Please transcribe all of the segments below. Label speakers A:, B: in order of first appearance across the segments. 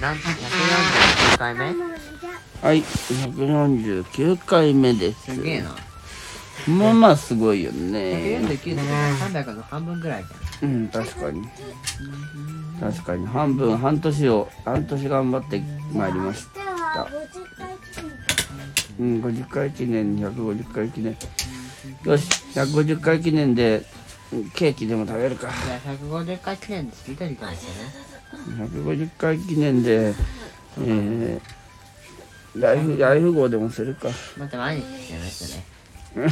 A: なん149回目
B: はい、149回目です。
A: すげえな。
B: まあまあすごいよね。
A: 149って300の半分ぐらいじ
B: うん、確かに。確かに、半分、半年を、半年頑張ってまいりまし
C: 明日は50回記念
B: た。うん、50回記念、150回記念。よし、150回記念で、うんケーキでも食べるか。
A: ゃん。じゃあ150回記念で聞いたりかもしれない。
B: 150回記念で、えー、ライフ、ライフ号でもするか。
A: また毎日じゃないとね。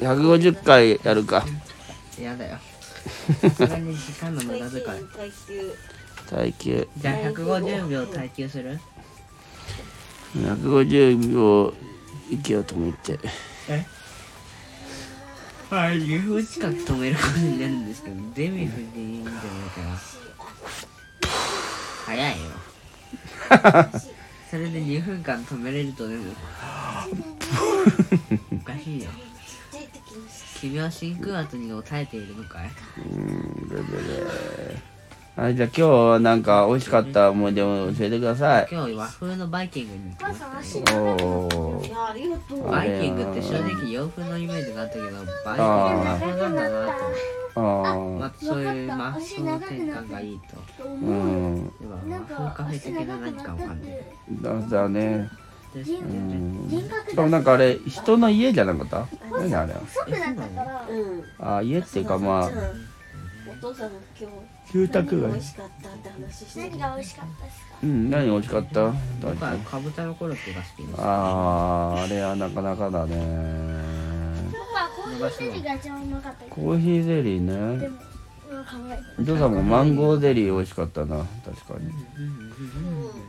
B: 150回やるか。
A: 嫌だよ。それに時間の無駄遣い。
B: 耐久。
A: じゃあ150秒耐久する
B: 150秒生きようと思って。
A: えはい、2分近く止めることになるんですけど、デミフでいいんじゃないかな。早いよ。それで2分間止めれるとでも。おかしいよ。君は真空圧にも耐えているのかい
B: はい、じゃあ今日はなんか美味しかった思い出を教えてください。
A: 今日和風のバイキングに行きましたね。
B: おお。
C: ありがとう。
A: バイキングって正直洋風のイメージがあったけど、バイキングは和風なんだなと思って。
B: あ
A: ま
B: あ。
A: あ、そういう和風の転換がいいと。
B: うん。
A: では和風カフェ的な何かわかんない。
B: だだね。
A: ですよ
B: う
A: ね。
B: ん。しかもなんかあれ、人の家じゃなかった何あれは。
C: 遅くなったから、
D: うん、
B: ああ、家っていうかま
D: お
B: あ、
D: 父さんも今日
B: 住宅
D: 美
B: 街
D: 味。しかったって話して
C: 何
D: る
C: が美味しかったですか
B: うん、何美味しかったあ
A: 僕はかぶたのコロッケが好きです。
B: あー、あれはなかなかだね。
C: 僕はコーヒーゼリーが一番うまかったけど
B: コーヒーゼリー
C: で
B: ね。
C: も、うん、考えて
B: お父さんもマンゴーゼリー美味しかったな。確かに。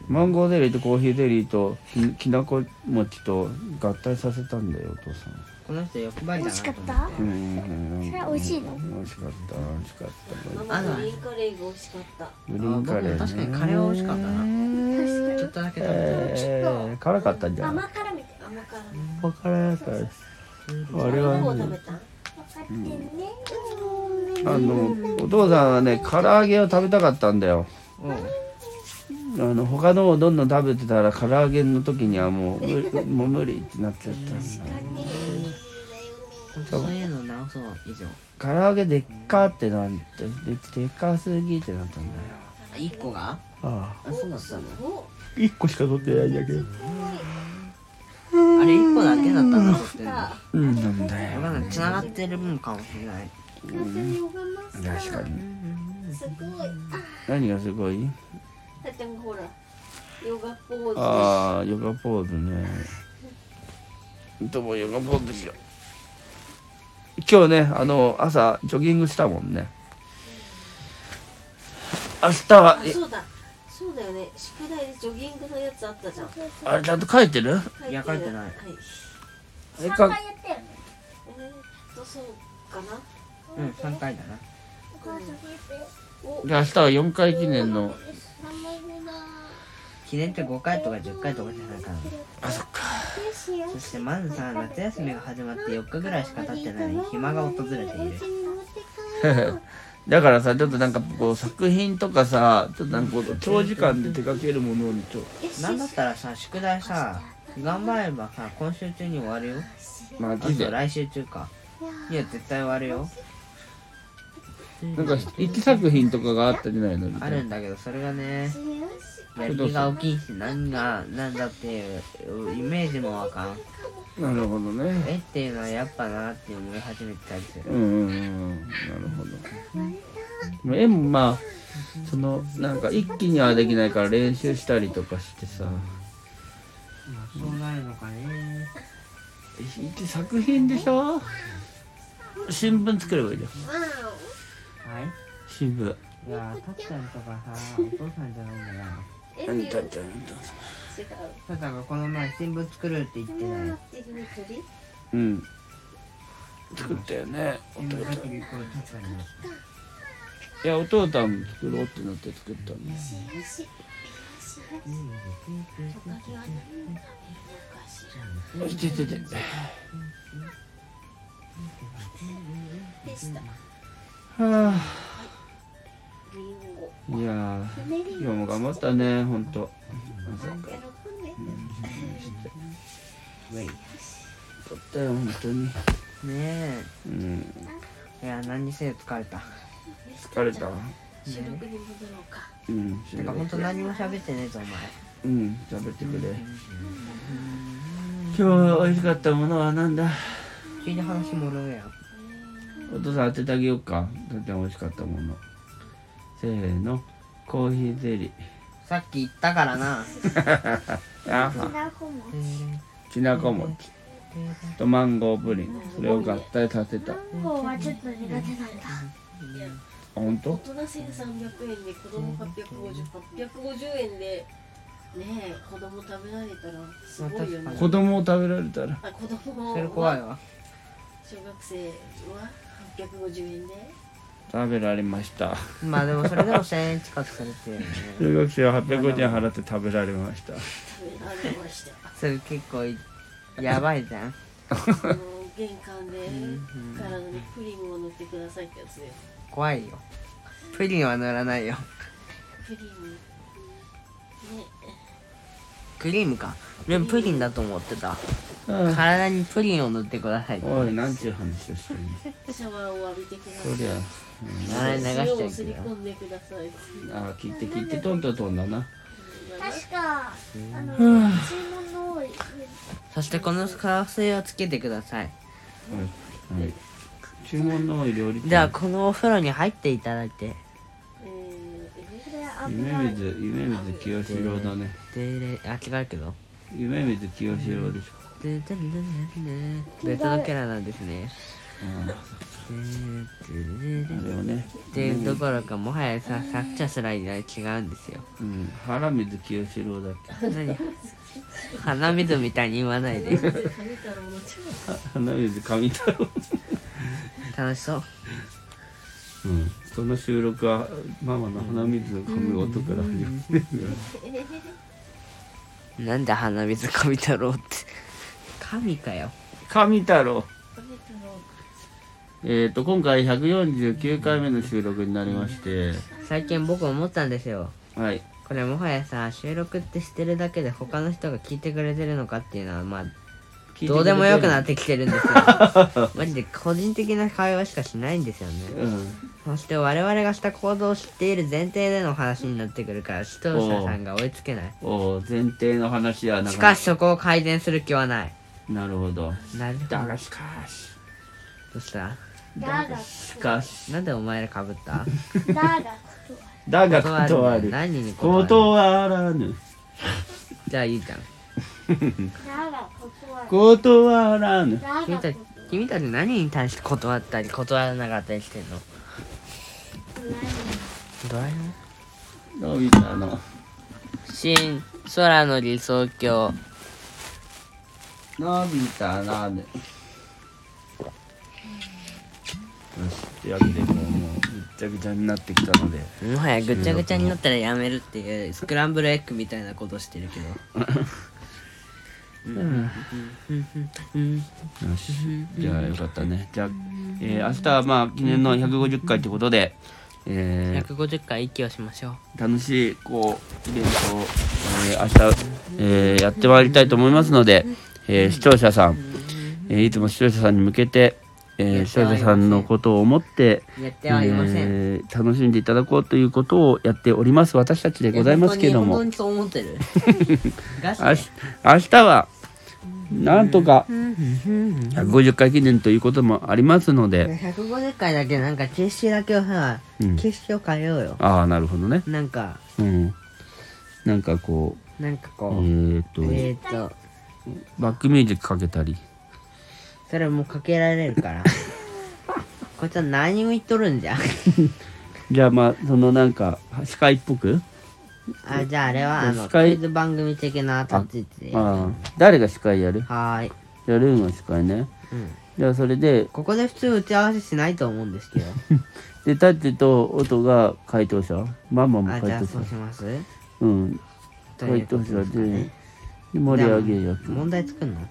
B: マンゴーゼリーとコーヒーゼリーとききなこ餅と合体させたんだよお父さん
A: この人欲張りだなと思
C: 美味しかっ
A: って
C: た。
B: うんうんうん
C: それ美味しいの
B: 美味しかった美味しかった
D: ママグリーンカレーが美味しかった
B: グリーンカレー、ね、
A: あ僕も確かにカレーは美味しかったち
C: 確か
A: ょっとだけ食べた。
B: えー、辛かったんじ
C: に
B: ゃな
C: 甘
B: い
C: 辛みたいな
D: 甘辛
B: 甘辛いからですあれ
D: の
B: は
D: う食べ
B: ね
D: た
C: 分かってんね
B: あのお父さんはね唐揚げを食べたかったんだよ
A: おう
B: あの他のをどんどん食べてたら唐揚げの時にはもう無もう無理ってなっちゃったんだよ
A: 本当そういうの直そう以上。
B: 唐揚げでっかってなってででかすぎってなったんだよ
A: 一個が？
B: あ
A: あ、そうだったの。
B: あ1個しか取ってないんだけど
A: あれ一個だけだったの取ってるの。わ
B: うんなんだ
A: か
B: よ
A: んない。繋がってる分かもしれない。
B: 確かに
C: すごい
B: 何がすごい
D: だってもうほらヨガポーズ
B: ああヨガポーズねどうもヨガポーズしよう今日ねあの朝ジョギングしたもんね明日は
D: あ
B: え
D: そうだそうだよね宿題でジョギングのやつあったじゃん書い
B: あれちゃんと書いてる
D: てる
A: いや書いてない
D: はい
B: え
C: 3
B: か
C: 回やったよね
D: えー、とそうかな
A: うん、三回だな。
C: お母さん聞いて
D: お
B: で明日は4回記念の
C: 三枚目だ
A: 記念って5回とか10回とかじゃないかな。
B: あそっか
C: どうしよ
A: そうしてまずさ、夏休みが始まって4日ぐらいしか経ってない暇が訪れている。
B: だからさちょっとなんかこう作品とかさちょっとなんかこう長時間で出かけるものにちょっ
A: なんだったらさ、宿題さ、頑張ればさ、今週中に終わるよ。
B: とマ
A: あ
B: ジで
A: と来週中か。いや、絶対終わるよ。
B: なんか一作品とかがあったじゃないのみた
A: あ
B: いな
A: るんだけど、それがね、やる気が大きいし、何が、なんだっていうイメージもわかん。
B: なるほどね
A: 絵っていうのはやっぱなって思い始めてたりす
B: う
A: る。
B: んうんうんなるほど絵もまあそのなんか一気にはできないから練習したりとかしてさ
A: そうなるのかね。
B: 一作品でしょ新聞作ればいいじゃん
A: はい。
B: 新聞
A: いや、たっちゃんとかさ、お父さんじゃないんだな。
D: え
B: 何
D: 違
B: だったの
D: う
A: たっちゃんがこの前新聞作るって言ってない。
D: 手に取り
B: うん作ったよね
A: 新聞作り、これたっちゃんに。
B: いやお父さんも作ろうってなって作ったの
D: 鍵は何のためにおかしら
B: おいててて
D: でした
B: はあ
D: りんご
B: いやー
C: ひねり
B: 今日も頑張ったねほんと
D: 喜んで
A: ウェイ
B: だったよ本当に
A: ね
B: うん
A: えいや何にせよ疲れた
B: 疲れた
D: 収録に戻ろうか
B: うん
A: なんか本当何も喋ってねえぞお前
B: うん食べてくれ今日美味しかったものはなんだ
A: 急に話もろうや
B: お父さん当ててあげようかとっても美味しかったものせーのコーヒーゼリ
A: さっき言ったからな
B: ーあ
C: きなこも
B: きなこ餅とマンゴープリンそれを合体させた
D: マンゴーはちょっと苦手なんだ
B: 本当
E: 大人1300円で子供850円でねえ子供食べられたらすごいよ
A: まあ確か
E: ね
B: 子供を食べられたら
E: あ子供
A: それ
E: は
A: 怖いわ
E: 小学生は850円で
B: 食べられました
A: まあでもそれでも1000円近くされてるよね
B: 中学生は850円払って食べられました
E: 食べられました
A: それ結構いやばいじゃん
E: あの玄関で
A: うん
E: 体にプリンを塗ってくださいってやつで
A: 怖いよプリンは乗らないよ
E: プリンね
A: クリームか俺プリンだと思ってた
B: うん
A: 体にプリンを塗ってください
B: おいなんちゅう話をしてるの
E: シャワーを浴びてくださ
B: そ
E: い
B: りゃ
A: 流して
E: 塩
A: る
E: をす
A: け
E: り
A: ど
E: 込んでください
B: あ聞いて聞いてトントントンだな
C: 確かあの注文の多い
A: そしてこの可性をつけてください
B: はい、はい、注文の多い料理店
A: じゃあこのお風呂に入っていただいて
E: えーえ
C: これ
B: 夢
C: 油
B: 水夢水清志郎だね
A: でれあ違うけど
B: 夢水清志郎でしょ、
A: ででででで別のキャラなんですねで
B: うん、あれをね
A: ででどころかもはやさ作者すらいない違うんですよ
B: うん原水清志郎だっけ
A: 何鼻水みたいに言わないで
E: 神太郎の超
B: は花水上太郎
A: 楽しそう
B: うんその収録はママの花水を噛む音から始まってるから
A: なんで鼻水神太郎って神かよ
B: 神太郎えっと今回149回目の収録になりまして
A: 最近僕思ったんですよ
B: はい
A: これもはやさ収録ってしてるだけで他の人が聞いてくれてるのかっていうのはまあどうでもよくなってきてるん ですよマジで個人的な会話しかしないんですよね
B: うん
A: そして我々がした行動を知っている前提での話になってくるから視聴者さんが追いつけない
B: おー前提の話はな
A: し
B: か
A: か
B: な
A: しそこを改善する気はない
B: なるほど
A: なるほど
B: だがしかし
A: どうした
C: だが
B: しかし
A: なんでお前らかぶった
C: だがことは
B: だが断る
A: 何に断る
B: 断らぬ
A: じゃあいいじゃん
C: だがこと
B: 断
C: は
B: らぬ
C: だ
A: 君
C: がこと
A: た
C: は
A: ち君たち何に対して断ったり断らなかったりしてんのドラえもん
B: のび太の
A: 新空の理想郷
B: のび太らぬよしというわけでもうもうぐっちゃぐちゃになってきたので
A: もはやぐちゃぐちゃになったらやめるっていうスクランブルエッグみたいなことしてるけど
B: よしじゃあよかったねじゃあ、えー明日はまあ記念の150回ということで、えー
A: 150回息をしましょう
B: 楽しいこうイベントを、えー明日、えーやってまいりたいと思いますので、えー視聴者さん、えーいつも視聴者さんに向けて、えー視聴者さんのことを思って、
A: やってはいません、
B: えー楽しんでいただこうということをやっております私たちでございますけど
A: いや
B: も
A: 本当に本当にそう思ってる ガチ
B: 明日明日はなんとか150回記念ということもありますの
A: で
B: で
A: 150回だけなんか景色だけをさ、
B: うん
A: 景色を変えようよ
B: ああなるほどね
A: なんか
B: うんなんかこ
A: なんか
B: うえ
A: こう、
B: ー、と
A: えっ、ー、と
B: バックミュージックかけたり
A: それもうかけられるから こいつは何を言っとるんじゃ
B: じゃあまあそのなんか司会っぽく
A: あじゃああれはあの
B: 司会
A: クイズ番組的な立ち位置では
B: ああ誰が司会やる
A: ーい、
B: じゃあルーンが司会ね
A: うん、
B: じゃあそれで
A: ここで普通打ち合わせしないと思うんですけど
B: でタッチと音が回答者ママも
A: あじゃ
B: 回
A: あ
B: 答
A: そう
B: 者
A: します
B: うん
A: とい
B: 回
A: うこ
B: 答
A: と
B: 者
A: ですか
B: で,、
A: ね
B: で盛り上げるやつ
A: 問題作んの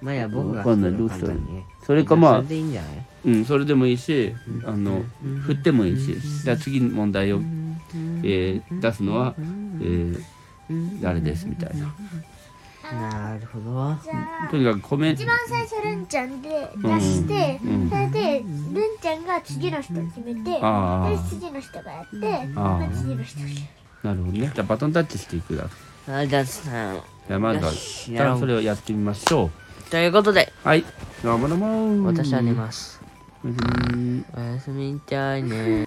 A: まあいや僕が
B: わかんない
A: 作る
B: どうしたらいい
A: 簡単に
B: それかまあ
A: いやそれでいいんじゃない
B: うんそれでもいいしあの振ってもいいしじゃあ次問題をえー出すのは、えー誰ですみたいな
A: なるほど
C: じゃあ
B: とにかくコメント
C: 一番最初ルンちゃんで出して、
B: うん
C: それでルンちゃんが次の人を決めて、
B: あー
C: で次の人がやって、
B: あー
C: で次の人がやる
B: なるほどねじゃあバトンタッチしていくだ
A: あじゃあさん
B: じゃあまずは
A: よし
B: 一旦それをやってみましょ
A: ということで
B: うはいどうもどうも
A: 私は寝ます
B: おやすみ
A: おやすみたいね